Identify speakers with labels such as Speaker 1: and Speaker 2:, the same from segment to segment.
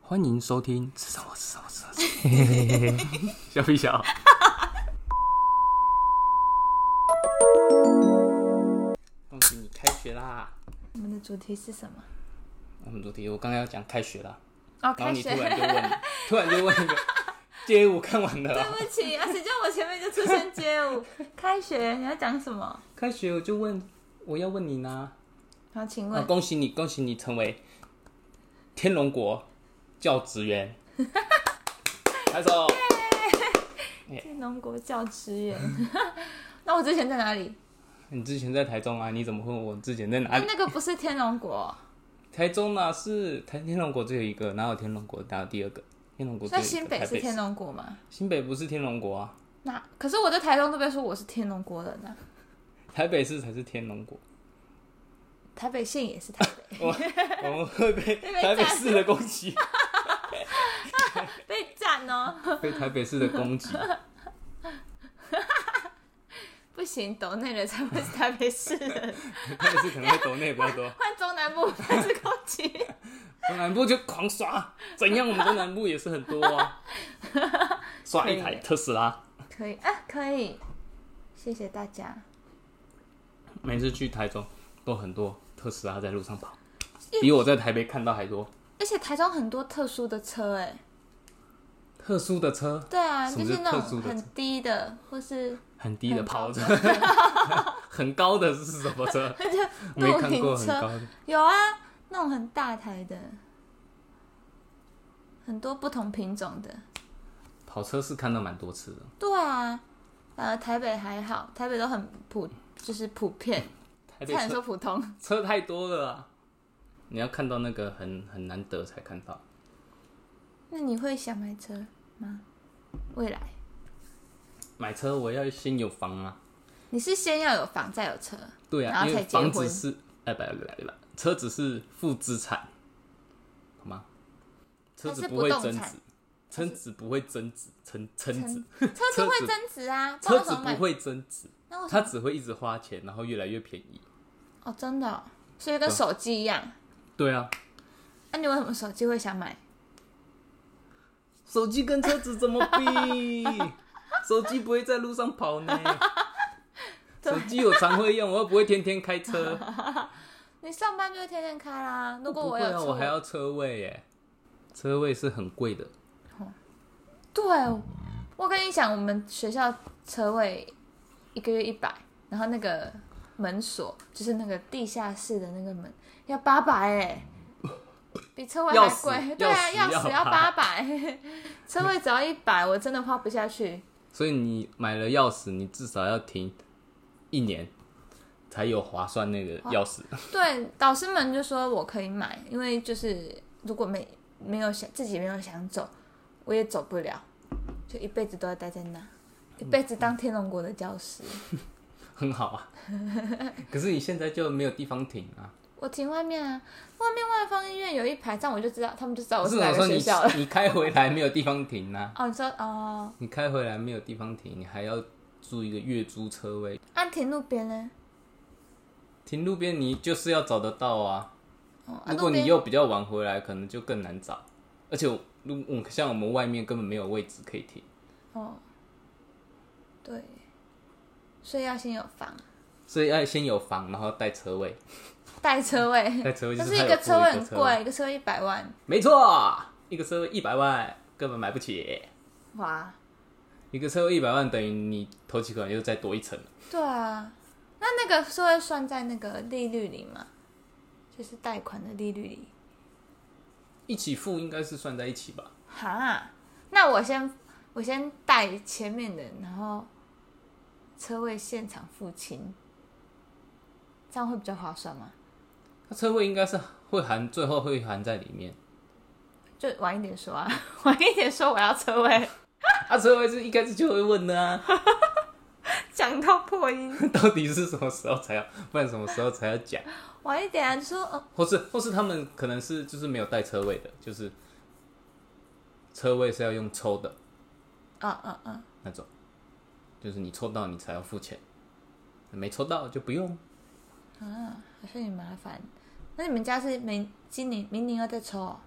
Speaker 1: 欢迎收听吃什么吃什么吃什么，小屁小，恭喜你开学啦！
Speaker 2: 我们的主题是什么？
Speaker 1: 我们主题我刚刚要讲开学啦，然
Speaker 2: 哦，
Speaker 1: 后
Speaker 2: 开
Speaker 1: 你突
Speaker 2: 学。
Speaker 1: 然就问，突然就问一个，街舞看完了
Speaker 2: 对
Speaker 1: 啦，
Speaker 2: 不起，而且就我前面就出现街 舞。开学你要讲什么？
Speaker 1: 开学我就问，我要问你呢，
Speaker 2: 好，请
Speaker 1: 啊
Speaker 2: 问，
Speaker 1: 恭喜你，恭喜你成为天龙国教职员，拍手。
Speaker 2: 天龙国教职员？
Speaker 1: 嗯
Speaker 2: 那我之前在哪里？
Speaker 1: 你之前在台中啊？你怎么会问我之前在哪
Speaker 2: 那
Speaker 1: 里？
Speaker 2: 那个不是天龙国，
Speaker 1: 台中呢、是台天龙国只有一个，哪有天龙国？哪有第二个？天龙国只
Speaker 2: 所
Speaker 1: 有
Speaker 2: 以
Speaker 1: 一个
Speaker 2: 新北
Speaker 1: 台
Speaker 2: 是
Speaker 1: 市
Speaker 2: 天龙国吗？
Speaker 1: 新北不是天龙国啊，
Speaker 2: 那可是我在台东这边说我是天龙国人啊，
Speaker 1: 台北市才是天龙 国。
Speaker 2: 台北县也是台 北，
Speaker 1: 我我们会被
Speaker 2: 被
Speaker 1: 台北市的攻击，
Speaker 2: 被占哦。
Speaker 1: 被台北市的攻击。
Speaker 2: 不行，岛内人才会是台北市人，
Speaker 1: 台北市可能会抖内比较多，
Speaker 2: 换中南部才是攻击。
Speaker 1: 中南部就狂刷，怎样？我们中南部也是很多 啊，刷一台特斯拉。
Speaker 2: 可以啊，可以，谢谢大家。
Speaker 1: 每次去台中都很多特斯拉在路上跑，比我在台北看到还多。
Speaker 2: 而且台中很多特殊的车、哎。
Speaker 1: 特殊的车，
Speaker 2: 对啊，
Speaker 1: 什
Speaker 2: 就
Speaker 1: 么
Speaker 2: 是
Speaker 1: 是
Speaker 2: 那
Speaker 1: 特
Speaker 2: 种
Speaker 1: 殊的
Speaker 2: 很
Speaker 1: 车
Speaker 2: 低的，或是
Speaker 1: 很低的
Speaker 2: 很
Speaker 1: 跑
Speaker 2: 高
Speaker 1: 车， 很高的是什么车？ 没
Speaker 2: 露
Speaker 1: 看
Speaker 2: 营
Speaker 1: 过很高
Speaker 2: 车，
Speaker 1: 的。
Speaker 2: 有啊，那种很大台的，很多不同品种的。
Speaker 1: 跑车是看到蛮多次的，
Speaker 2: 对啊，呃，台北还好，台北都很普，就是普遍，
Speaker 1: 台北
Speaker 2: 差点
Speaker 1: 车
Speaker 2: 说普通。
Speaker 1: 车太多了啊！你要看到那个很很难得才看到。
Speaker 2: 那你会想买车吗？未来
Speaker 1: 买车我要先有房啊，
Speaker 2: 你是先要有房再 有车，
Speaker 1: 对
Speaker 2: 然
Speaker 1: 啊，
Speaker 2: 后
Speaker 1: 因为
Speaker 2: 才结
Speaker 1: 房子
Speaker 2: 婚
Speaker 1: 是哎不不不不，车子是负资产，好吗？车子
Speaker 2: 哦它是
Speaker 1: 不会
Speaker 2: 不动
Speaker 1: 增
Speaker 2: 产
Speaker 1: 值，车子不会增值，称称值
Speaker 2: 称，车子
Speaker 1: 车
Speaker 2: 会
Speaker 1: 子
Speaker 2: 增值啊，不
Speaker 1: 车
Speaker 2: 然为什
Speaker 1: 子
Speaker 2: 么
Speaker 1: 不
Speaker 2: 买？
Speaker 1: 会增值，
Speaker 2: 那为什
Speaker 1: 它
Speaker 2: 么？
Speaker 1: 只会一直花钱，然后越来越便宜。
Speaker 2: 哦，真的哦、所以跟
Speaker 1: 啊
Speaker 2: 手机一样。
Speaker 1: 对啊，
Speaker 2: 那、你为什么手机会想买？
Speaker 1: 手机跟车子怎么 比？手机不会在路上跑呢。手机我常会用，我又不会天天开车。
Speaker 2: 你上班就会天天开啦。 如果
Speaker 1: 不
Speaker 2: 我
Speaker 1: 会
Speaker 2: 有
Speaker 1: 啊，
Speaker 2: 车，
Speaker 1: 我还要车位耶，车位是很贵的。
Speaker 2: 对，我跟你讲，我们学校车位一个月一百，然后那个门锁就是那个地下室的那个门要八百 哎，比车位
Speaker 1: 钥
Speaker 2: 还
Speaker 1: 匙
Speaker 2: 贵。对啊，
Speaker 1: 钥匙
Speaker 2: 钥匙
Speaker 1: 要
Speaker 2: 要八百， 车位只要一百，我真的花不下去。
Speaker 1: 所以你买了钥匙，你至少要停一年才有划算那个钥匙。
Speaker 2: 对，导师们就说我可以买，因为就是如果没没有想自己没有想走，我也走不了，就一辈子都要待在那，
Speaker 1: 嗯
Speaker 2: 一辈子当天龙国的教师。
Speaker 1: 很好 啊。可是你现在就没有地方停啊。
Speaker 2: 我停外面啊，外面外方医院有一排，这样我就知道，他们就知道我
Speaker 1: 不
Speaker 2: 哦是
Speaker 1: 是
Speaker 2: 哪
Speaker 1: 我
Speaker 2: 个
Speaker 1: 说
Speaker 2: 学
Speaker 1: 你
Speaker 2: 校了。
Speaker 1: 你开回来没有地方停啊，
Speaker 2: 哦，你说哦，
Speaker 1: 你开回来没有地方停，你还要租一个月租车位。
Speaker 2: 安停路边呢？
Speaker 1: 停路边你就是要找得到啊。
Speaker 2: 哦，啊
Speaker 1: 如果
Speaker 2: 路
Speaker 1: 你
Speaker 2: 边
Speaker 1: 又比较晚回来，可能就更难找。而且我，如我像我们外面根本没有位置可以停，
Speaker 2: 哦，对，所以要先有房，
Speaker 1: 所以要先有房，然后带车位。
Speaker 2: 带车位，
Speaker 1: 嗯带车位就
Speaker 2: 但
Speaker 1: 是
Speaker 2: 是
Speaker 1: 它
Speaker 2: 一
Speaker 1: 有
Speaker 2: 个
Speaker 1: 附
Speaker 2: 车
Speaker 1: 一
Speaker 2: 位
Speaker 1: 个
Speaker 2: 很
Speaker 1: 车
Speaker 2: 贵，一个车位一百万，
Speaker 1: 没错，一个车位一百万根本买不起，
Speaker 2: 哇，
Speaker 1: 一个车位一百万等于你头期款又再多一层了。
Speaker 2: 对啊，那那个是会算在那个利率里吗？就是贷款的利率里？
Speaker 1: 一起付应该是算在一起吧？
Speaker 2: 哈，那我先我先贷前面的，然后车位现场付清，这样会比较划算吗？
Speaker 1: 它车位应该是会含，最后会含在里面。
Speaker 2: 就晚一点说啊， 晚一点说我要车位，
Speaker 1: 啊，车位是一开始就会问的啊，
Speaker 2: 讲到破音，
Speaker 1: 到底是什么时候才要，不然什么时候才要讲？
Speaker 2: 晚一点啊，就说哦，
Speaker 1: 或是或是他们可能是就是没有带车位的，就是车位是要用抽的
Speaker 2: 嗯嗯嗯，
Speaker 1: 那种，就是你抽到你才要付钱，没抽到就不用。
Speaker 2: 好像有点麻烦。那你们家是明今年明年要再抽哦、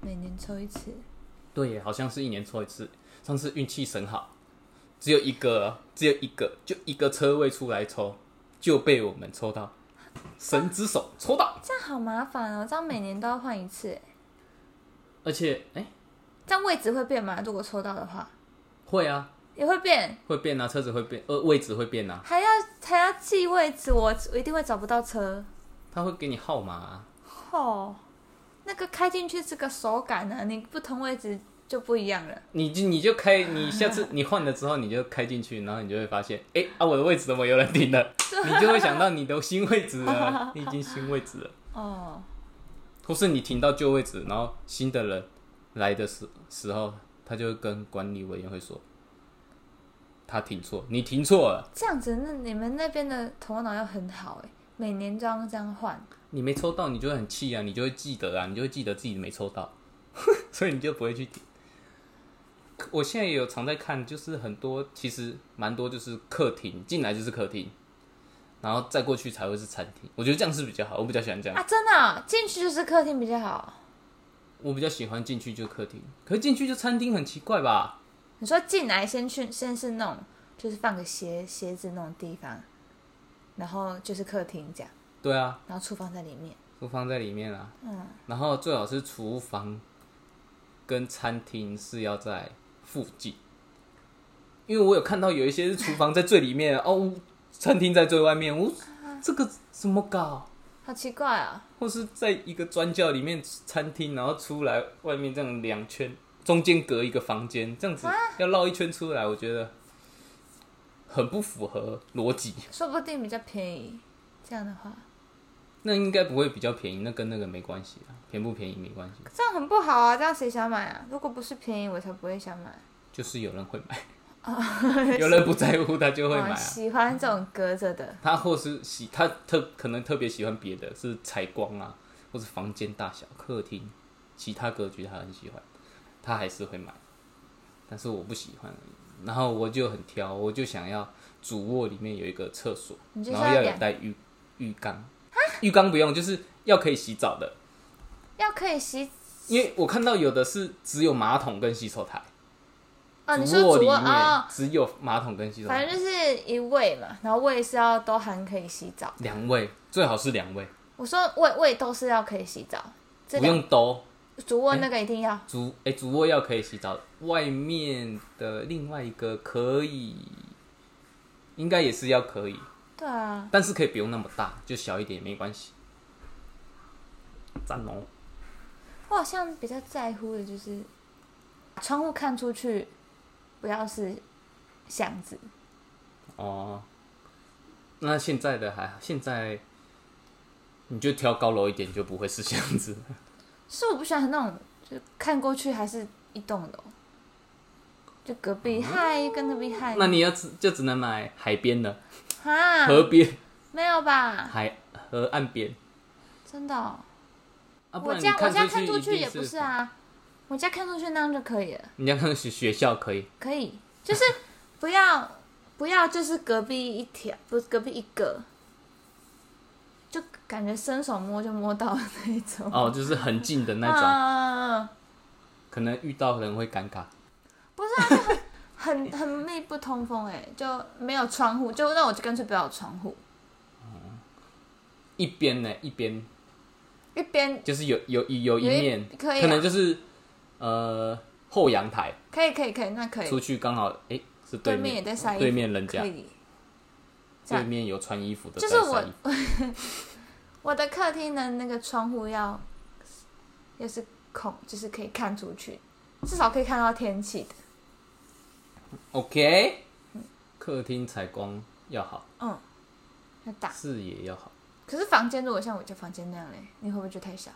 Speaker 2: 每年抽一次，
Speaker 1: 对耶，好像是一年抽一次。上次运气神好，只有一个，只有一个，就一个车位出来抽，就被我们抽到。神之手抽到，
Speaker 2: 这样好麻烦哦，这样每年都要换一次耶，
Speaker 1: 而且哎、
Speaker 2: 这样位置会变吗？如果抽到的话，
Speaker 1: 会啊，
Speaker 2: 也会变，
Speaker 1: 会变啊，车子会变，呃，位置会变啊，
Speaker 2: 还要还要记位置，我我一定会找不到车。
Speaker 1: 他会给你号码、啊。
Speaker 2: 哦，那个开进去这个手感呢、你不同位置就不一样了。
Speaker 1: 你就你就开，你下次你换了之后，你就开进去，然后你就会发现，哎、啊，我的位置怎么有人停了？ 你就会想到你的新位置了，你已经新位置了，
Speaker 2: 哦，
Speaker 1: 或是你停到旧位置，然后新的人来的时时候，他就会跟管理委员会说，他停错，你停错了，
Speaker 2: 这样子，那你们那边的头脑要很好哎，每年都要这样换。
Speaker 1: 你没抽到，你就会很气啊，你就会记得啊，你就会记得自己没抽到， 所以你就不会去停。我现在也有常在看，就是很多其实蛮多就是客厅进来就是客厅，然后再过去才会是餐厅。我觉得这样是比较好，我比较喜欢这样。
Speaker 2: 啊，真的啊进、去就是客厅比较好。
Speaker 1: 我比较喜欢进去就客厅，可是进去就餐厅很奇怪吧？
Speaker 2: 你说进来先去，先是那种就是放个鞋鞋子那种地方，然后就是客厅这样，
Speaker 1: 对啊，
Speaker 2: 然后厨房在里面。
Speaker 1: 厨房在里面啊，
Speaker 2: 嗯，
Speaker 1: 然后最好是厨房跟餐厅是要在附近，因为我有看到有一些是厨房在最里面 哦，餐厅在最外面，我这个怎么搞？
Speaker 2: 好奇怪啊！
Speaker 1: 或是在一个专教里面餐厅，然后出来外面这样两圈，中间隔一个房间，这样子要绕一圈出来，我觉得很不符合逻辑。
Speaker 2: 说不定比较便宜，这样的话，
Speaker 1: 那应该不会比较便宜，那跟那个没关系啊，便不便宜没关系，
Speaker 2: 这样很不好啊！这样谁想买啊？如果不是便宜，我才不会想买。
Speaker 1: 就是有人会
Speaker 2: 啊
Speaker 1: 买， 有人不在乎他就会买
Speaker 2: 我
Speaker 1: 啊。
Speaker 2: 喜欢这种隔着的，
Speaker 1: 他或是喜他特可能特别喜欢别的是采光啊，或是房间大小、客厅，其他格局他很喜欢，他还是会买，但是我不喜欢而已。然后我就很挑，我就想要主卧里面有一个厕所，
Speaker 2: 你就是
Speaker 1: 然
Speaker 2: 要
Speaker 1: 后要有
Speaker 2: 两
Speaker 1: 带浴浴缸，浴缸不用，就是要可以洗澡的，
Speaker 2: 要可以洗
Speaker 1: 因为我看到有的是只有马桶跟洗手台，
Speaker 2: 哦。你
Speaker 1: 主卧
Speaker 2: 说
Speaker 1: 里
Speaker 2: 主卧
Speaker 1: 面
Speaker 2: 哦，
Speaker 1: 只有马桶跟洗手
Speaker 2: 反
Speaker 1: 台，
Speaker 2: 正就是一位嘛，然后位是要都含可以洗澡。
Speaker 1: 两位最好是两位，
Speaker 2: 我说位位都是要可以洗澡，这
Speaker 1: 不
Speaker 2: 两
Speaker 1: 用兜。
Speaker 2: 主卧那个一定要。
Speaker 1: 主哎、主卧要可以洗澡，外面的另外一个可以，应该也是要可以，
Speaker 2: 对啊，
Speaker 1: 但是可以不用那么大，就小一点也没关系。赞哦！
Speaker 2: 我好像比较在乎的就是窗户看出去，不要是巷子。
Speaker 1: 哦，那现在的还现在，你就挑高楼一点，就不会是这样 子。
Speaker 2: 是我不喜欢那种，就是看过去还是一栋楼，就隔壁嗨跟那边嗨。
Speaker 1: 嗯那你要只就只能买海边的，
Speaker 2: 哈
Speaker 1: 河边、
Speaker 2: 没有吧？
Speaker 1: 海河岸边
Speaker 2: 真的哦、
Speaker 1: 啊，不
Speaker 2: 我
Speaker 1: 然你
Speaker 2: 家我家看
Speaker 1: 出
Speaker 2: 出
Speaker 1: 去
Speaker 2: 去
Speaker 1: 一定
Speaker 2: 也不是，啊，我家看出去那样就可以了，
Speaker 1: 你要看学学校可以，
Speaker 2: 可以，就是不要不要就是隔壁一条，不是隔壁一个，就感觉伸手摸就摸到的那一种。
Speaker 1: 哦，就是很近的那种，
Speaker 2: 啊，
Speaker 1: 可能遇到人会尴尬。
Speaker 2: 不是啊，就很很很密不通风哎、就没有窗户，就那我就干脆不要有窗户，
Speaker 1: 一边呢，一边
Speaker 2: 一边
Speaker 1: 就是有有有一
Speaker 2: 有一
Speaker 1: 面，
Speaker 2: 可以啊
Speaker 1: 能就是呃后阳台
Speaker 2: 可以可以可以，那可
Speaker 1: 出
Speaker 2: 以，
Speaker 1: 去刚好，哎、是
Speaker 2: 对面也
Speaker 1: 面
Speaker 2: 在晒衣服，
Speaker 1: 对面人家
Speaker 2: 可，以。这
Speaker 1: 对
Speaker 2: 样
Speaker 1: 面有穿衣服的在
Speaker 2: 就
Speaker 1: 晒衣
Speaker 2: 是
Speaker 1: 服，
Speaker 2: 我我的客厅的那个窗户要要是孔，就是可以看出去，至少可以看到天气的。
Speaker 1: OK，客厅采光要好，
Speaker 2: 嗯，要大。
Speaker 1: 视野要好。
Speaker 2: 可是房间如果像我家房间那样嘞，你会不会觉得太小？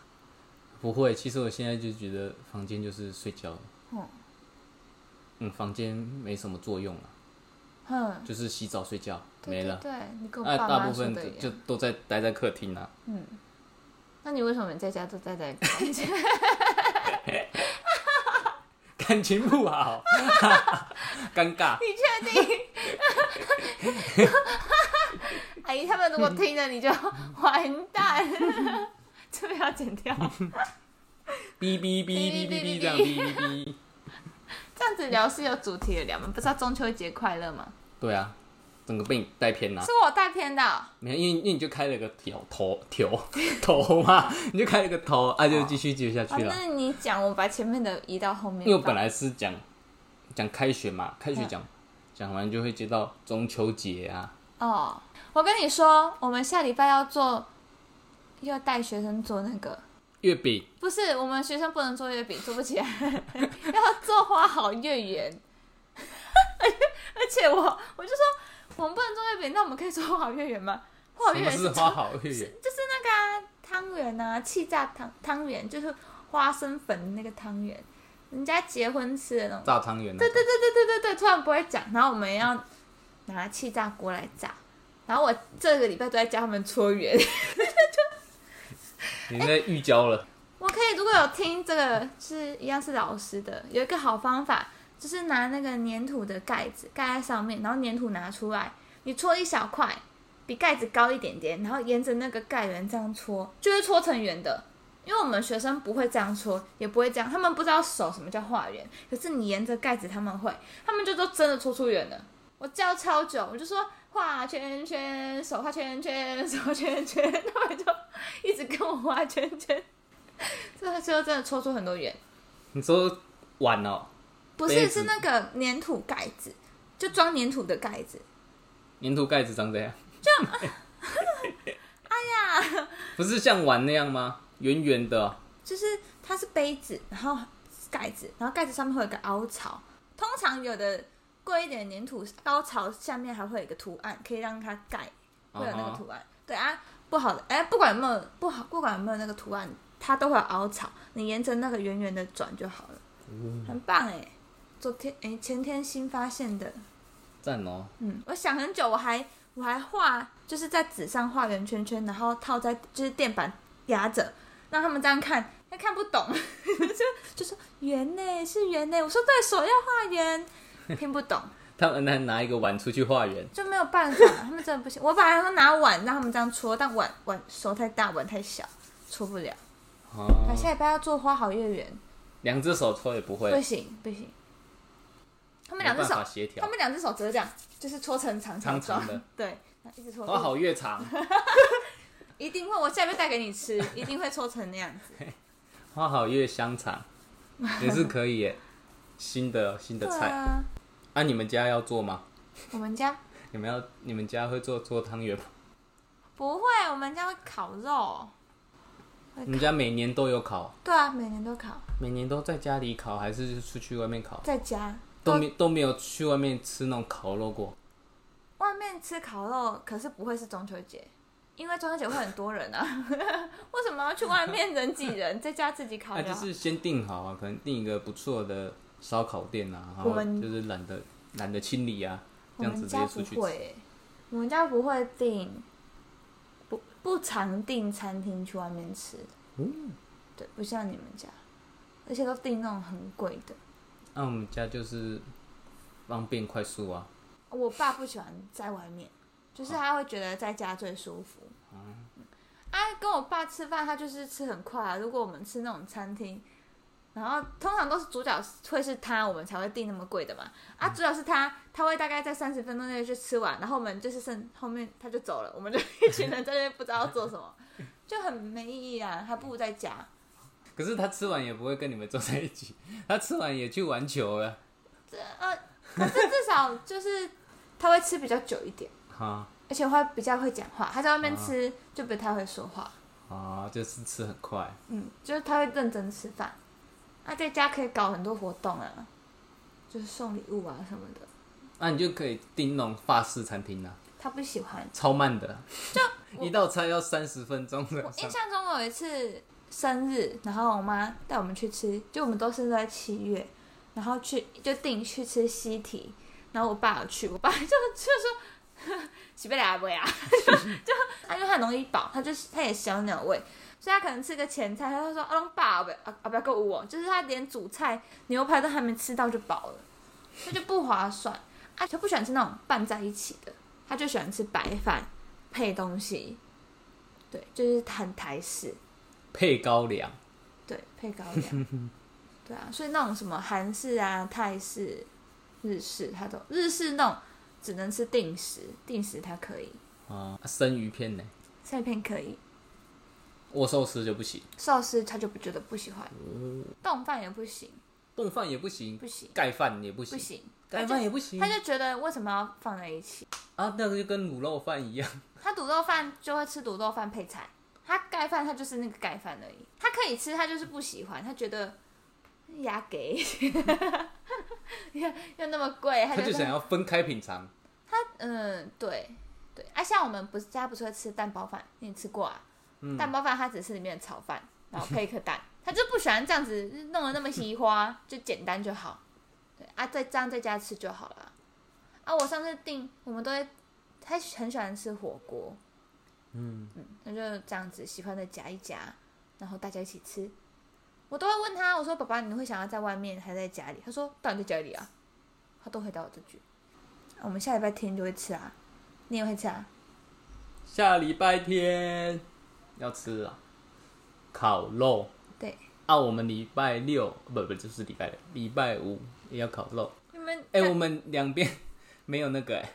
Speaker 1: 不会，其实我现在就觉得房间就是睡觉，
Speaker 2: 嗯
Speaker 1: 嗯，房间没什么作用了、
Speaker 2: 哼，
Speaker 1: 就是洗澡睡觉
Speaker 2: 对
Speaker 1: 没
Speaker 2: 对
Speaker 1: 了。
Speaker 2: 对，你跟我
Speaker 1: 那
Speaker 2: 爸
Speaker 1: 大
Speaker 2: 妈
Speaker 1: 部
Speaker 2: 说
Speaker 1: 分
Speaker 2: 的
Speaker 1: 的
Speaker 2: 一
Speaker 1: 就
Speaker 2: 样。
Speaker 1: 都在待在客厅啊，
Speaker 2: 那你为什么在家都待在房间？
Speaker 1: 感情不好， 尴尬。
Speaker 2: 你确定？阿姨他们如果 听了，你就完蛋，这边要剪掉。
Speaker 1: 哔哔哔哔哔哔这样哔哔哔。
Speaker 2: 这样子聊是有主题的聊吗？不是要中秋节快乐吗？
Speaker 1: 对啊，整个被你带偏了、
Speaker 2: 是我带偏的哦、
Speaker 1: 没有，因为因为你就开了个条头条头嘛， 你就开了个头，啊，就继续接下
Speaker 2: 哦，
Speaker 1: 去了。
Speaker 2: 那你讲，我把前面的移到后面吧。
Speaker 1: 因为我本来是讲讲开学嘛，开学讲讲、完就会接到中秋节啊，
Speaker 2: 哦，我跟你说，我们下礼拜要做，要带学生做那个，
Speaker 1: 月饼
Speaker 2: 不是我们学生不能做月饼，做不起来， 要做花好月圆。 而且我我就说，我们不能做月饼，那我们可以做花好月圆吗？花好
Speaker 1: 什
Speaker 2: 月
Speaker 1: 么
Speaker 2: 圆
Speaker 1: 是花好月圆？
Speaker 2: 就是那个啊汤圆啊，气炸汤汤圆，就是花生粉的那个汤圆，人家结婚吃的那种。
Speaker 1: 炸汤圆啊，
Speaker 2: 对对对对对对对，突然不会讲，然后我们要拿气炸锅来炸，然后我这个礼拜都在教他们搓圆。
Speaker 1: 你在预交了，
Speaker 2: 我可以，如果有听这个是一样是老师的，有一个好方法，就是拿那个粘土的盖子盖在上面，然后粘土拿出来，你搓一小块，比盖子高一点点，然后沿着那个盖圆这样搓，就会搓成圆的。因为我们学生不会这样搓，也不会这样，他们不知道手什么叫画圆，可是你沿着盖子他们会，他们就都真的搓出圆了。我教超久，我就说画圈圈，手画圈圈， 手画圈圈，他们就一直跟我画圈圈。这个最后真的抽出很多圆，
Speaker 1: 你说碗哦，
Speaker 2: 不
Speaker 1: 杯
Speaker 2: 是
Speaker 1: 子
Speaker 2: 是那个粘土盖子，就装粘土的盖子。
Speaker 1: 粘土盖子长怎样？ 这样，哎呀，不是像碗那样吗？圆圆的哦，
Speaker 2: 就是它是杯子，然后盖子，然后盖子上面会有一个凹槽，通常有的贵一点的粘土凹槽下面还会有一个图案，可以让它盖，会有那个图案。对啊，不好的，哎，不管有没有不好，不管有没有那个图案，它都会有凹槽，你沿着那个圆圆的转就好了，很棒哎。昨天哎，前天新发现的，
Speaker 1: 赞哦，
Speaker 2: 嗯，我想很久，我还我还画，就是在纸上画圆圈圈，然后套在就是垫板压着，让他们这样看，他看不懂， 就就说圆呢是圆呢，我说对手要画圆，听不懂
Speaker 1: 他们拿拿一个碗出去画圆，
Speaker 2: 就没有办法，他们真的不行。我本来说拿碗让他们这样搓，但碗碗手太大，碗太小，搓不了。
Speaker 1: 哦，
Speaker 2: 啊，下礼拜要做花好月圆，
Speaker 1: 两只手搓也不会
Speaker 2: 不，行不行，他
Speaker 1: 没
Speaker 2: 们两只
Speaker 1: 办
Speaker 2: 手
Speaker 1: 法，协调
Speaker 2: 他，们两只手只是这样，就是搓成长条
Speaker 1: 长
Speaker 2: 状，
Speaker 1: 长的
Speaker 2: 对，然后一直搓，
Speaker 1: 花好越长，
Speaker 2: 一定会，我下面带给你吃， 一定会搓成那样子。
Speaker 1: 花好越香肠也是可以耶，新的新的菜
Speaker 2: 啊，
Speaker 1: 啊，你们家要做吗？
Speaker 2: 我们家
Speaker 1: 你们要你们家会做做汤圆吗？
Speaker 2: 不会，我们家会烤肉。
Speaker 1: 你们家每年都有烤，
Speaker 2: 对啊，每年都烤，
Speaker 1: 每年都在家里烤，还是出去外面烤？
Speaker 2: 在家
Speaker 1: 都没都没有去外面吃那种烤肉过。
Speaker 2: 外面吃烤肉，可是不会是中秋节，因为中秋节会很多人啊。 为什么要去外面人挤 人，在家自己烤
Speaker 1: 啊，
Speaker 2: 肉？
Speaker 1: 就是先定好啊，可能定一个不错的烧烤店啊，然
Speaker 2: 我
Speaker 1: 后
Speaker 2: 们
Speaker 1: 就是懒得懒得清理啊，
Speaker 2: 我
Speaker 1: 这样子
Speaker 2: 们
Speaker 1: 直
Speaker 2: 家
Speaker 1: 接出
Speaker 2: 不
Speaker 1: 去
Speaker 2: 会
Speaker 1: 吃。
Speaker 2: 欸，我们家不会订，不不常订餐厅去外面吃。
Speaker 1: 嗯，
Speaker 2: 对，不像你们家，而且都订那种很贵的。
Speaker 1: 那、我们家就是方便快速啊，
Speaker 2: 我爸不喜欢在外面，就是他会觉得在家最舒服。啊，跟我爸吃饭，他就是吃很快、啊。如果我们吃那种餐厅，然后通常都是主角会是他，我们才会订那么贵的嘛。啊，主角是他，他会大概在三十分钟内就吃完，然后我们就是剩后面他就走了，我们就一群人在那边不知道做什么，就很没意义啊，还不如在家。
Speaker 1: 可是他吃完也不会跟你们坐在一起， 他吃完也去玩球了。
Speaker 2: 这呃，可是至少就是他会吃比较久一点，
Speaker 1: 哈
Speaker 2: 而且会比较会讲话。他在外面吃就不太会说话。
Speaker 1: 啊，就是吃很快。
Speaker 2: 嗯，就是他会认真吃饭，那、在家可以搞很多活动啊，就是送礼物啊什么的。
Speaker 1: 那、你就可以订那种法式餐厅啊，
Speaker 2: 他不喜欢。
Speaker 1: 超慢的，
Speaker 2: 我
Speaker 1: 一道菜要三十分钟
Speaker 2: 我
Speaker 1: 的。
Speaker 2: 印象中我有一次生日，然后我妈带我们去吃，就我们都是在七月，然后去就定去吃西提，然后我爸有去，我爸就就说。 洗不了不呀，啊 就他因为他很容易饱，他就是他也小鸟胃，所以他可能吃个前菜，他就说啊拢饱呗，啊啊不要够我，就是他连主菜牛排都还没吃到就饱了，那就不划算。啊，他不喜欢吃那种拌在一起的，他就喜欢吃白饭配东西，对，就是很台式。
Speaker 1: 配高粱，
Speaker 2: 对，配高粱。 对啊，所以那种什么韩式啊、泰式、日式，它都日式那种只能吃定时，定时它可以，
Speaker 1: 啊，生鱼片呢，
Speaker 2: 菜片可以，
Speaker 1: 握寿司就不行，
Speaker 2: 寿司他就不觉得不喜欢，
Speaker 1: 哦
Speaker 2: 冻饭也不行，
Speaker 1: 冻饭也不行，
Speaker 2: 不行，
Speaker 1: 盖饭也不
Speaker 2: 不
Speaker 1: 行，
Speaker 2: 行，
Speaker 1: 盖饭也不行
Speaker 2: 他就觉得为什么要放在一起？
Speaker 1: 啊，那个就跟卤肉饭一样，
Speaker 2: 他卤肉饭就会吃卤肉饭配菜，他盖饭他就是那个盖饭而已，他可以吃，他就是不喜欢，他觉得牙给， 又又那么贵，哎他
Speaker 1: 他
Speaker 2: 觉
Speaker 1: 就
Speaker 2: 得
Speaker 1: 想要分开品尝。
Speaker 2: 嗯，对对，啊，像我们不是家不是会吃蛋包饭，你吃过啊？蛋包饭它只是里面的炒饭，然后配一颗蛋，他就不喜欢这样子弄得那么稀花，就简单就好。对啊，再这样在家吃就好了。啊，我上次订，我们都会，他很喜欢吃火锅，
Speaker 1: 嗯，
Speaker 2: 他就这样子喜欢的夹一夹，然后大家一起吃。我都会问他，我说：“爸爸，你会想要在外面还是在家里？”他说：“当然在家里啊。”他都回答我这句。啊我们下礼拜天就会吃啊，你也会吃啊？
Speaker 1: 下礼拜天要吃啊，烤肉
Speaker 2: 对，
Speaker 1: 啊，我们礼拜六不不就是礼拜六，礼拜五也要烤肉。
Speaker 2: 你们
Speaker 1: 哎、我们两边 没有那个哎、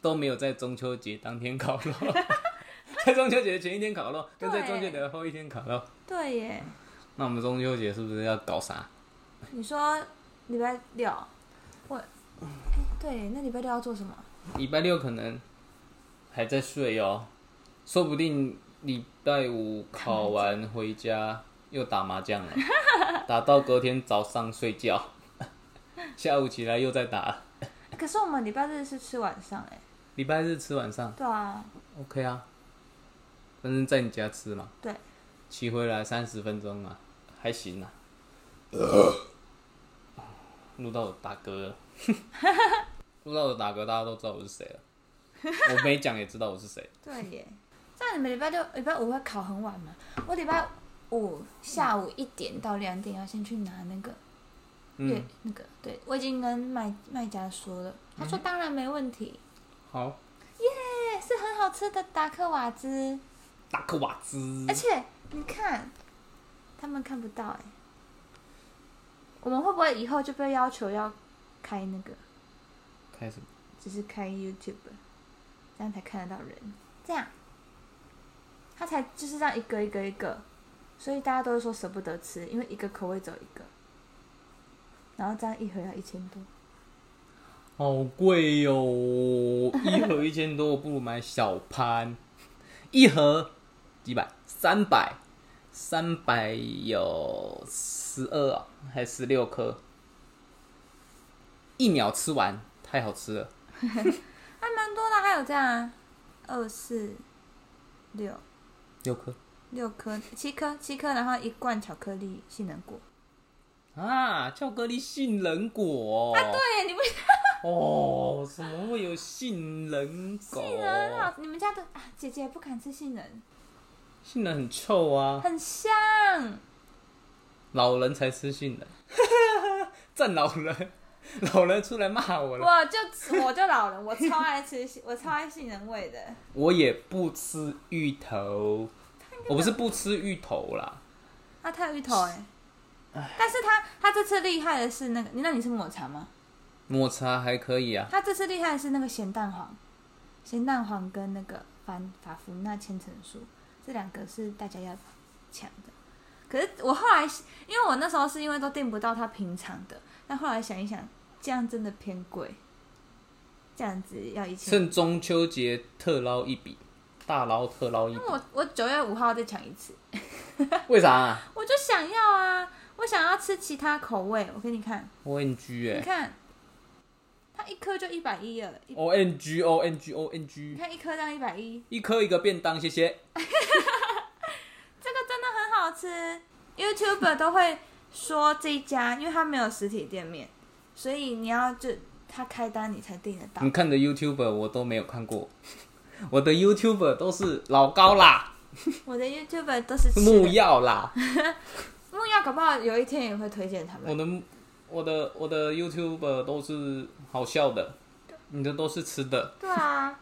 Speaker 1: 都没有在中秋节当天烤肉， 在中秋节前一天烤肉，跟在中秋节的后一天烤肉。
Speaker 2: 对耶，
Speaker 1: 那我们中秋节是不是要搞啥？
Speaker 2: 你说礼拜六，我哎对，那礼拜六要做什么？
Speaker 1: 礼拜六可能还在睡哦，说不定礼拜五考完回家又打麻将了，打到隔天早上睡觉， 下午起来又在打。
Speaker 2: 可是我们礼拜日是吃晚上哎。
Speaker 1: 礼拜日吃晚上
Speaker 2: 对啊，
Speaker 1: ，OK 啊，反正在你家吃嘛，
Speaker 2: 对，
Speaker 1: 骑回来三十分钟嘛，还行啊。录到我打嗝了， 录到我打嗝，大家都知道我是谁了。我没讲也知道我是谁。
Speaker 2: 对耶。这样你们礼拜六、礼拜五会考很晚吗？我礼拜五下午一点到两点要先去拿那个月、
Speaker 1: 嗯，
Speaker 2: 那个，对我已经跟卖卖家说了，他
Speaker 1: 嗯
Speaker 2: 说当然没问题，
Speaker 1: 好，
Speaker 2: 哎、是很好吃的达克瓦兹，
Speaker 1: 达克瓦兹
Speaker 2: 而，且你看，他们看不到哎、我们会不会以后就被要求要开那个，
Speaker 1: 开始
Speaker 2: 只是开 YouTube，这样才看得到人，这样，他才就是这样一个一个一个，所以大家都会说舍不得吃，因为一个口味只有一个，然后这样一盒要一千多。
Speaker 1: 好贵哟、一盒一千多，我不如买小潘，一盒几百，三百，三百有十二啊还十六颗，一秒吃完，太好吃了。
Speaker 2: 还蛮多的，还有这样啊，二四六
Speaker 1: 六颗
Speaker 2: 六颗，七颗七颗，然后一罐巧克力杏仁果。
Speaker 1: 啊，巧克力杏仁果、
Speaker 2: 对，你不
Speaker 1: 哦，怎么会有杏仁果？
Speaker 2: 杏仁好，你们家的啊，姐姐不敢吃杏仁，
Speaker 1: 杏仁很臭啊，
Speaker 2: 很香。
Speaker 1: 老人才吃杏 仁，赞老人，老人出来骂我了。
Speaker 2: 我就我就老人，我超爱吃杏，我超爱杏仁味的。
Speaker 1: 我也不吃芋头，我不是不吃芋头啦，
Speaker 2: 啊，它有芋头哎、但是它它这次厉害的是那个，那你是抹茶吗？
Speaker 1: 抹茶还可以啊。
Speaker 2: 它这次厉害的是那个咸蛋黄，咸蛋黄跟那个凡法芙娜千层酥，这两个是大家要抢的。可是我后来，因为我那时候是因为都订不到它平常的，但后来想一想，这样真的偏贵，这样子要一千。
Speaker 1: 趁中秋节特捞一笔，大捞特捞一笔
Speaker 2: 因为，我我九月五号再抢一次，
Speaker 1: 为啥、啊、
Speaker 2: 我就想要啊，我想要吃其他口味。我给你看，
Speaker 1: ？O N G
Speaker 2: 你
Speaker 1: 哎
Speaker 2: 看，它一颗就一百一了，一
Speaker 1: ，O N G O N G O N
Speaker 2: 你
Speaker 1: G，
Speaker 2: 看一颗这样一百一，
Speaker 1: 一颗一个便当，谢谢。
Speaker 2: 这个真的很好吃。YouTuber 都会说这一家，因为它没有实体店面，所以你要就他开单你才订得到
Speaker 1: 你。看的 YouTuber 我都没有看过，我的 YouTuber 都是老高啦、
Speaker 2: 我的 YouTuber 都是吃的
Speaker 1: 木，曜啦，
Speaker 2: 木曜搞不好有一天也会推荐他
Speaker 1: 我
Speaker 2: 们。
Speaker 1: 的我的我的 YouTuber 都是好笑的，你的都是吃的。
Speaker 2: 对啊，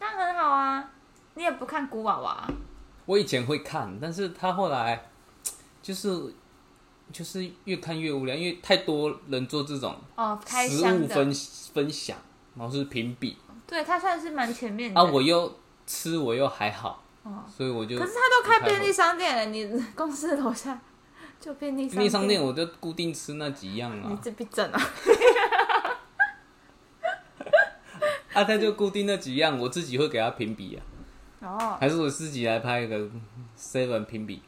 Speaker 2: 这样很好啊。你也不看古娃娃啊，
Speaker 1: 我以前会看，但是他后来就是就是越看越无聊，因为太多人做这种
Speaker 2: 哦，开
Speaker 1: 实
Speaker 2: 箱
Speaker 1: 物
Speaker 2: 的，
Speaker 1: 分分享，然后是评比
Speaker 2: 对，它算是蛮全面的。
Speaker 1: 啊，我又吃我又还好，所以我就
Speaker 2: 哦可是他都开
Speaker 1: 不太
Speaker 2: 便利商店了，你公司楼下就便利
Speaker 1: 便利商店
Speaker 2: 店，
Speaker 1: 我就固定吃那几样
Speaker 2: 你
Speaker 1: 啦，
Speaker 2: 自闭症啊？
Speaker 1: 啊，他就固定那几样，我自己会给他评比啊，
Speaker 2: 哦，
Speaker 1: 还是我自己来拍一个 seven 评比，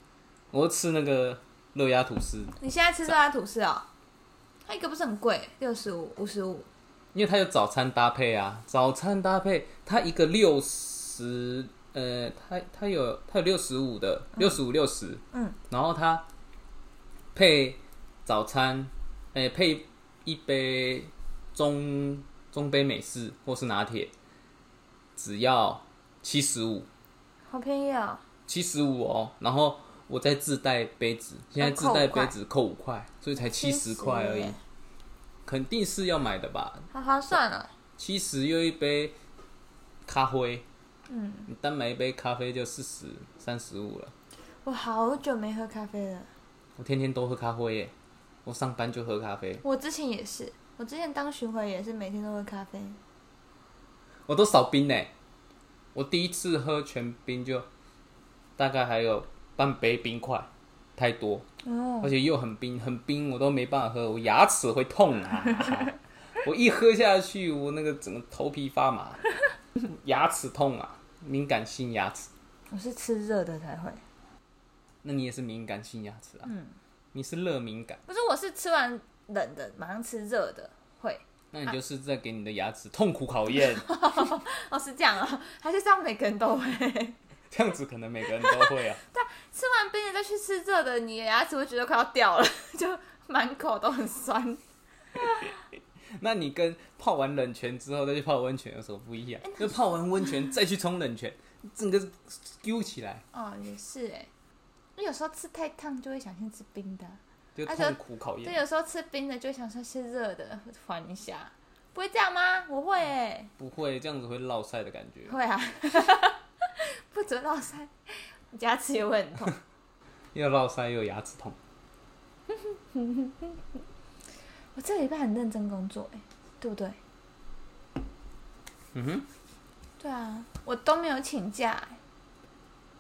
Speaker 1: 我吃那个热压吐司，
Speaker 2: 你现在吃这家吐司哦，它一个不是很贵，六十五、五十五，
Speaker 1: 因为它有早餐搭配啊，早餐搭配它一个六十，呃，它它有它有六十五的，六十五六十，
Speaker 2: 嗯，
Speaker 1: 然后它配早餐，哎、配一杯中中杯美式或是拿铁，只要七十五，
Speaker 2: 好便宜哦。
Speaker 1: 七十五哦，然后我再自带杯子，现在自带杯子哦扣五块，所以才七十块而已
Speaker 2: 耶，
Speaker 1: 肯定是要买的吧，
Speaker 2: 好划算哦。
Speaker 1: 七十又一杯咖啡，嗯，你单买一杯咖啡就四十三十五了。
Speaker 2: 我好久没喝咖啡了，
Speaker 1: 我天天都喝咖啡耶，我上班就喝咖啡，
Speaker 2: 我之前也是，我之前当巡回也是每天都喝咖啡。
Speaker 1: 我都少冰呢。我第一次喝全冰就大概还有半杯冰块，太多，
Speaker 2: 哦，
Speaker 1: 而且又很冰，很冰我都没办法喝，我牙齿会痛啊！我一喝下去，我那个整个头皮发麻，牙齿痛啊，敏感性牙齿。
Speaker 2: 我是吃热的才会，
Speaker 1: 那你也是敏感性牙齿啊？嗯，你是热敏感，
Speaker 2: 不是我是吃完冷的马上吃热的会。
Speaker 1: 那你就是在给你的牙齿痛苦考 验。
Speaker 2: 哦，是这样啊、还是这样每个人都会？
Speaker 1: 这样子可能每个人都会啊。
Speaker 2: 吃完冰的再去吃热的，你的牙齿会觉得快要掉了， 就满口都很酸。
Speaker 1: 那你跟泡完冷泉之后再去泡温泉有什么不一样？
Speaker 2: 哎
Speaker 1: 就泡完温泉再去冲冷泉，整个揪起来
Speaker 2: 哦，也是哎，那有时候吃太烫就会想先吃冰的啊，
Speaker 1: 就
Speaker 2: 啊就
Speaker 1: 痛苦考
Speaker 2: 对，
Speaker 1: 验。
Speaker 2: 有时候吃冰的就会想说吃热的缓一下，不会这样吗？我会哎，
Speaker 1: 不会这样子会落晒的感觉。
Speaker 2: 会啊， 不准落腮，牙齿也会很 痛。
Speaker 1: 又落腮又牙齿痛，
Speaker 2: 我这个礼拜很认真工作哎，对不对？
Speaker 1: 嗯哼，
Speaker 2: 对啊，我都没有请假欸，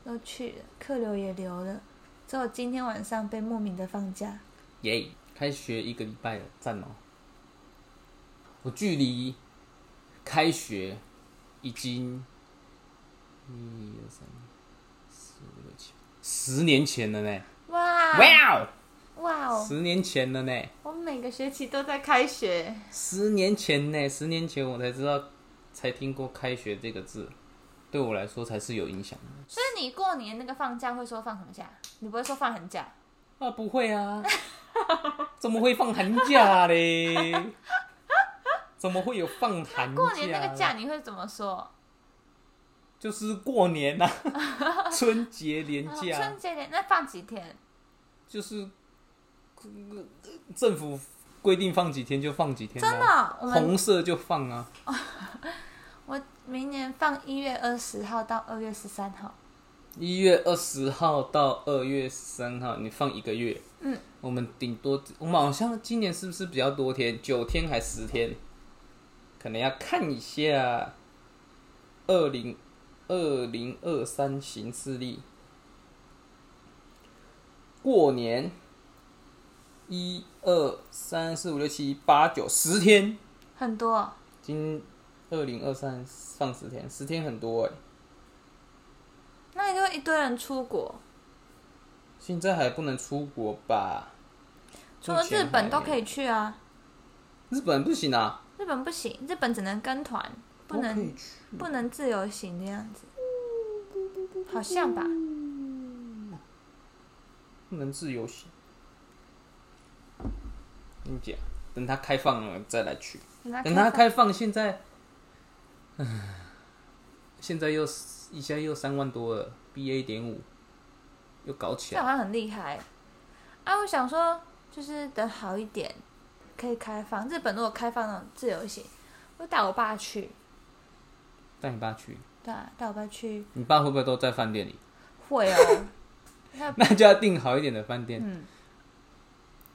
Speaker 2: 都去了，客流也留了，只有今天晚上被莫名的放假。
Speaker 1: 耶、开学一个礼拜了，赞哦！我距离开学已经一二三四五六七十年前了呢！
Speaker 2: 哇
Speaker 1: 哇、哦，
Speaker 2: 哇哦！
Speaker 1: 十年前了呢！
Speaker 2: 我每个学期都在开学，
Speaker 1: 十年前呢，十年前我才知道，才听过“开学”这个字，对我来说才是有影响的。
Speaker 2: 所以你过年那个放假会说放什么假？你不会说放寒假？
Speaker 1: 啊，不会 啊，怎么会放寒假嘞？怎么会有放寒假？
Speaker 2: 过年那个假你会怎么说？
Speaker 1: 就是过年呐、啊， 春节连
Speaker 2: 哦
Speaker 1: 假，
Speaker 2: 春节连那放几天？
Speaker 1: 就是呃政府规定放几天就放几天、啊，
Speaker 2: 真的哦、我们
Speaker 1: 红色就放啊。
Speaker 2: 我明年放一月二十号到二月十三号。
Speaker 1: 一月二十号到二月三号，你放一个月。
Speaker 2: 嗯，
Speaker 1: 我们顶多我们好像今年是不是比较多天？九天还十天？可能要看一下二零二零二三行事历。过年一二三四五六七八九十天，
Speaker 2: 很多哦、
Speaker 1: 今二零二三放十天，十天很多哎、
Speaker 2: 那你就会一堆人出国，
Speaker 1: 现在还不能出国吧？
Speaker 2: 除了日本都可
Speaker 1: 以，
Speaker 2: 以去啊。
Speaker 1: 日本不行啊，
Speaker 2: 日本不行，日本只能跟团，不
Speaker 1: 都可
Speaker 2: 能
Speaker 1: 以去
Speaker 2: 不能自由行的样子，好像吧？
Speaker 1: 不能自由行。你讲，等它开放了再来去。等它
Speaker 2: 他
Speaker 1: 开放，现在，唉现在又一下又三万多了，BA 点五又搞起
Speaker 2: 这
Speaker 1: 来。
Speaker 2: 好像很厉害。啊，我想说，就是等好一点，可以开放。日本如果开放那种自由行，我带我爸去，
Speaker 1: 带你爸去，
Speaker 2: 对啊，带我爸去
Speaker 1: 你爸会不会都在饭店里？
Speaker 2: 会哦。那
Speaker 1: 那就要订好一点的饭店。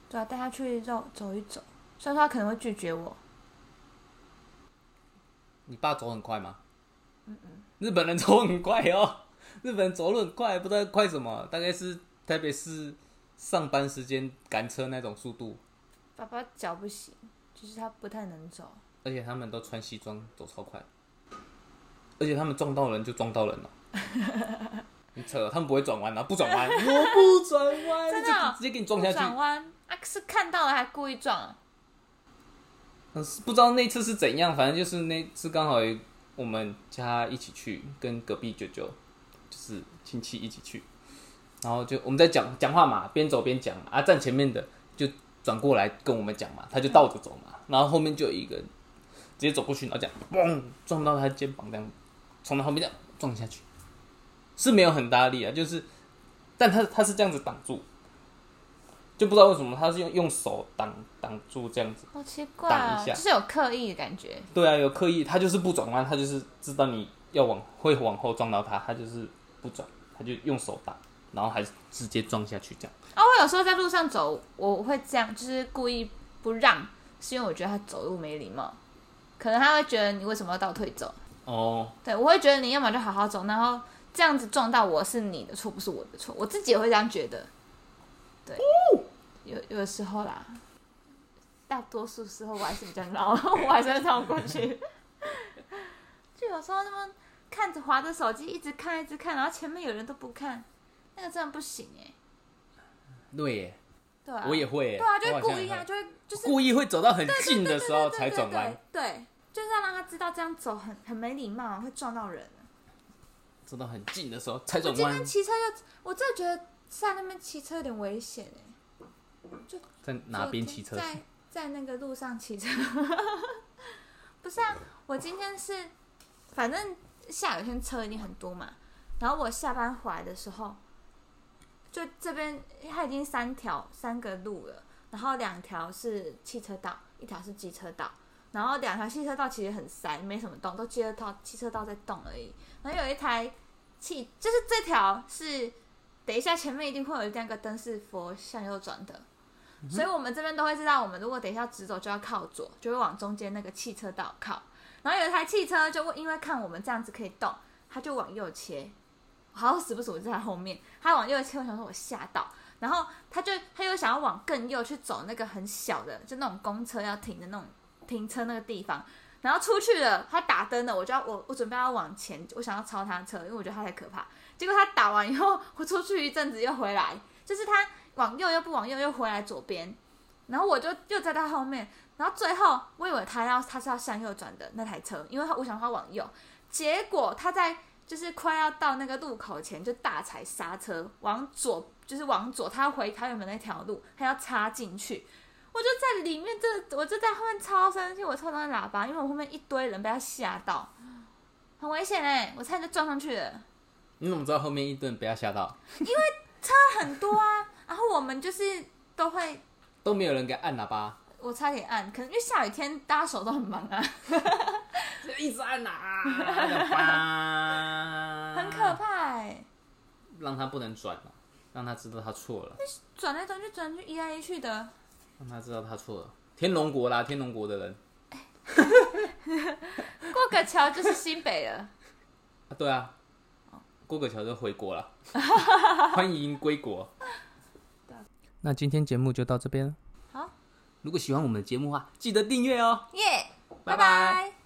Speaker 2: 对啊，带他去绕走一走。虽然说他可能会拒绝我，
Speaker 1: 你爸走很快吗？
Speaker 2: 嗯
Speaker 1: 日本人走很快哦， 日本人走路很快，不知道快什么，大概是台北市上班时间赶车那种速度，
Speaker 2: 爸爸脚不行，就是他不太能走。
Speaker 1: 而且他们都穿西装，走超快，而且他们撞到人就撞到人 了。你扯，他们不会转弯啊，不转弯，我不转弯，
Speaker 2: 真的哦
Speaker 1: 就直接给你撞下
Speaker 2: 不
Speaker 1: 去
Speaker 2: 转。弯啊，是看到了还故意撞啊、
Speaker 1: 嗯，是不知道那次是怎样，反正就是那次刚好有我们家一起去，跟隔壁舅舅就是亲戚一起去，然后就我们在讲讲话嘛，边走边讲嘛啊，站前面的就转过来跟我们讲嘛，他就倒着走嘛，然后后面就有一个人直接走过去，然后这样嘣撞到他肩膀，这样从他后面这样撞下去，是没有很大力啊，就是，但他他是这样子挡住，就不知道为什么他是用用手挡挡住这样子。
Speaker 2: 好奇怪啊、
Speaker 1: 挡一下
Speaker 2: 就是有刻意的感觉。
Speaker 1: 对啊，有刻意，他就是不转弯，他就是知道你要往会往后撞到他，他就是不转，他就用手打，然后还是直接撞下去这样。
Speaker 2: 啊，我有时候在路上走，我会这样，就是故意不让，是因为我觉得他走路没礼貌，可能他会觉得你为什么要倒退走？
Speaker 1: 哦，
Speaker 2: 对我会觉得你要么就好好走，然后这样子撞到我是你的错，不是我的错，我自己也会这样觉得。对，有有的时候啦，大多数时候我还是比较老， 我还是会绕过去。就有时候他们看着划着手机，一直看一直看，然后前面有人都不看，那个真的不行哎、
Speaker 1: 对耶，
Speaker 2: 对啊，
Speaker 1: 我也会耶，
Speaker 2: 对啊，就
Speaker 1: 我
Speaker 2: 会
Speaker 1: 好像
Speaker 2: 故意
Speaker 1: 也
Speaker 2: 啊，
Speaker 1: 会
Speaker 2: 就会就是
Speaker 1: 故意会走到很
Speaker 2: 对
Speaker 1: 近的时候
Speaker 2: 对对
Speaker 1: 才
Speaker 2: 对
Speaker 1: 转弯，
Speaker 2: 对对，就是要让他知道这样走很很没礼貌，会撞到人。啊
Speaker 1: 走到很近的时候才
Speaker 2: 我
Speaker 1: 转
Speaker 2: 今
Speaker 1: 弯
Speaker 2: 天，骑车就，我真的觉得在那边骑车有点危险哎。
Speaker 1: 在哪边骑车
Speaker 2: 昨？天在在那个路上骑车， 不是啊，我今天是，反正下雨天车一定很多嘛。然后我下班回来的时候，就这边它已经三条三个路了，然后两条是汽车道，一条是机车道。然后两条汽车道其实很塞，没什么动，都汽车道汽车道在动而已。然后有一台汽，就是这条是，等一下前面一定会有两个灯是佛向右转的，嗯所以我们这边都会知道，我们如果等一下直走就要靠左，就会往中间那个汽车道靠。然后有一台汽车就会因为看我们这样子可以动，它就往右切。我好死不死我就在后面，它往右切，我想说我吓到，然后它就它又想要往更右去走那个很小的，就那种公车要停的那种停车那个地方。然后出去了，它打灯了，我就要我我准备要往前，我想要超它车，因为我觉得它太可怕。结果他打完以后，我出去一阵子又回来，就是他往右又不往右，又回来左边，然后我就又在他后面，然后最后我以为他要他是要向右转的那台车，因为他我想他往右，结果他在就是快要到那个路口前就大踩刹车，往左就是往左，他要回他原本那条路，他要插进去。我就在里面，这我就在后面超生气，我超当喇叭，因为我后面一堆人被他吓到，很危险哎、我差点就撞上去了。
Speaker 1: 你怎么知道后面一顿被他吓到？
Speaker 2: 很多啊，然后我们就是都会，
Speaker 1: 都没有人给他按喇 叭，
Speaker 2: 我差点按，可能因为下雨天大家手都很忙啊，
Speaker 1: 一直按 喇叭，
Speaker 2: 很可，怕哎、
Speaker 1: 让他不能转了，让他知道他错了，
Speaker 2: 转来转去，转来去，一来一去的。
Speaker 1: 让他知道他错了。天龙国啦，天龙国的人。
Speaker 2: 过个桥就是新北了，
Speaker 1: 啊，对啊，过个桥就回国了，欢迎归国。那今天节目就到这边了。
Speaker 2: 好，
Speaker 1: 如果喜欢我们的节目的话，记得订阅哦。
Speaker 2: 耶、
Speaker 1: 拜拜
Speaker 2: 拜拜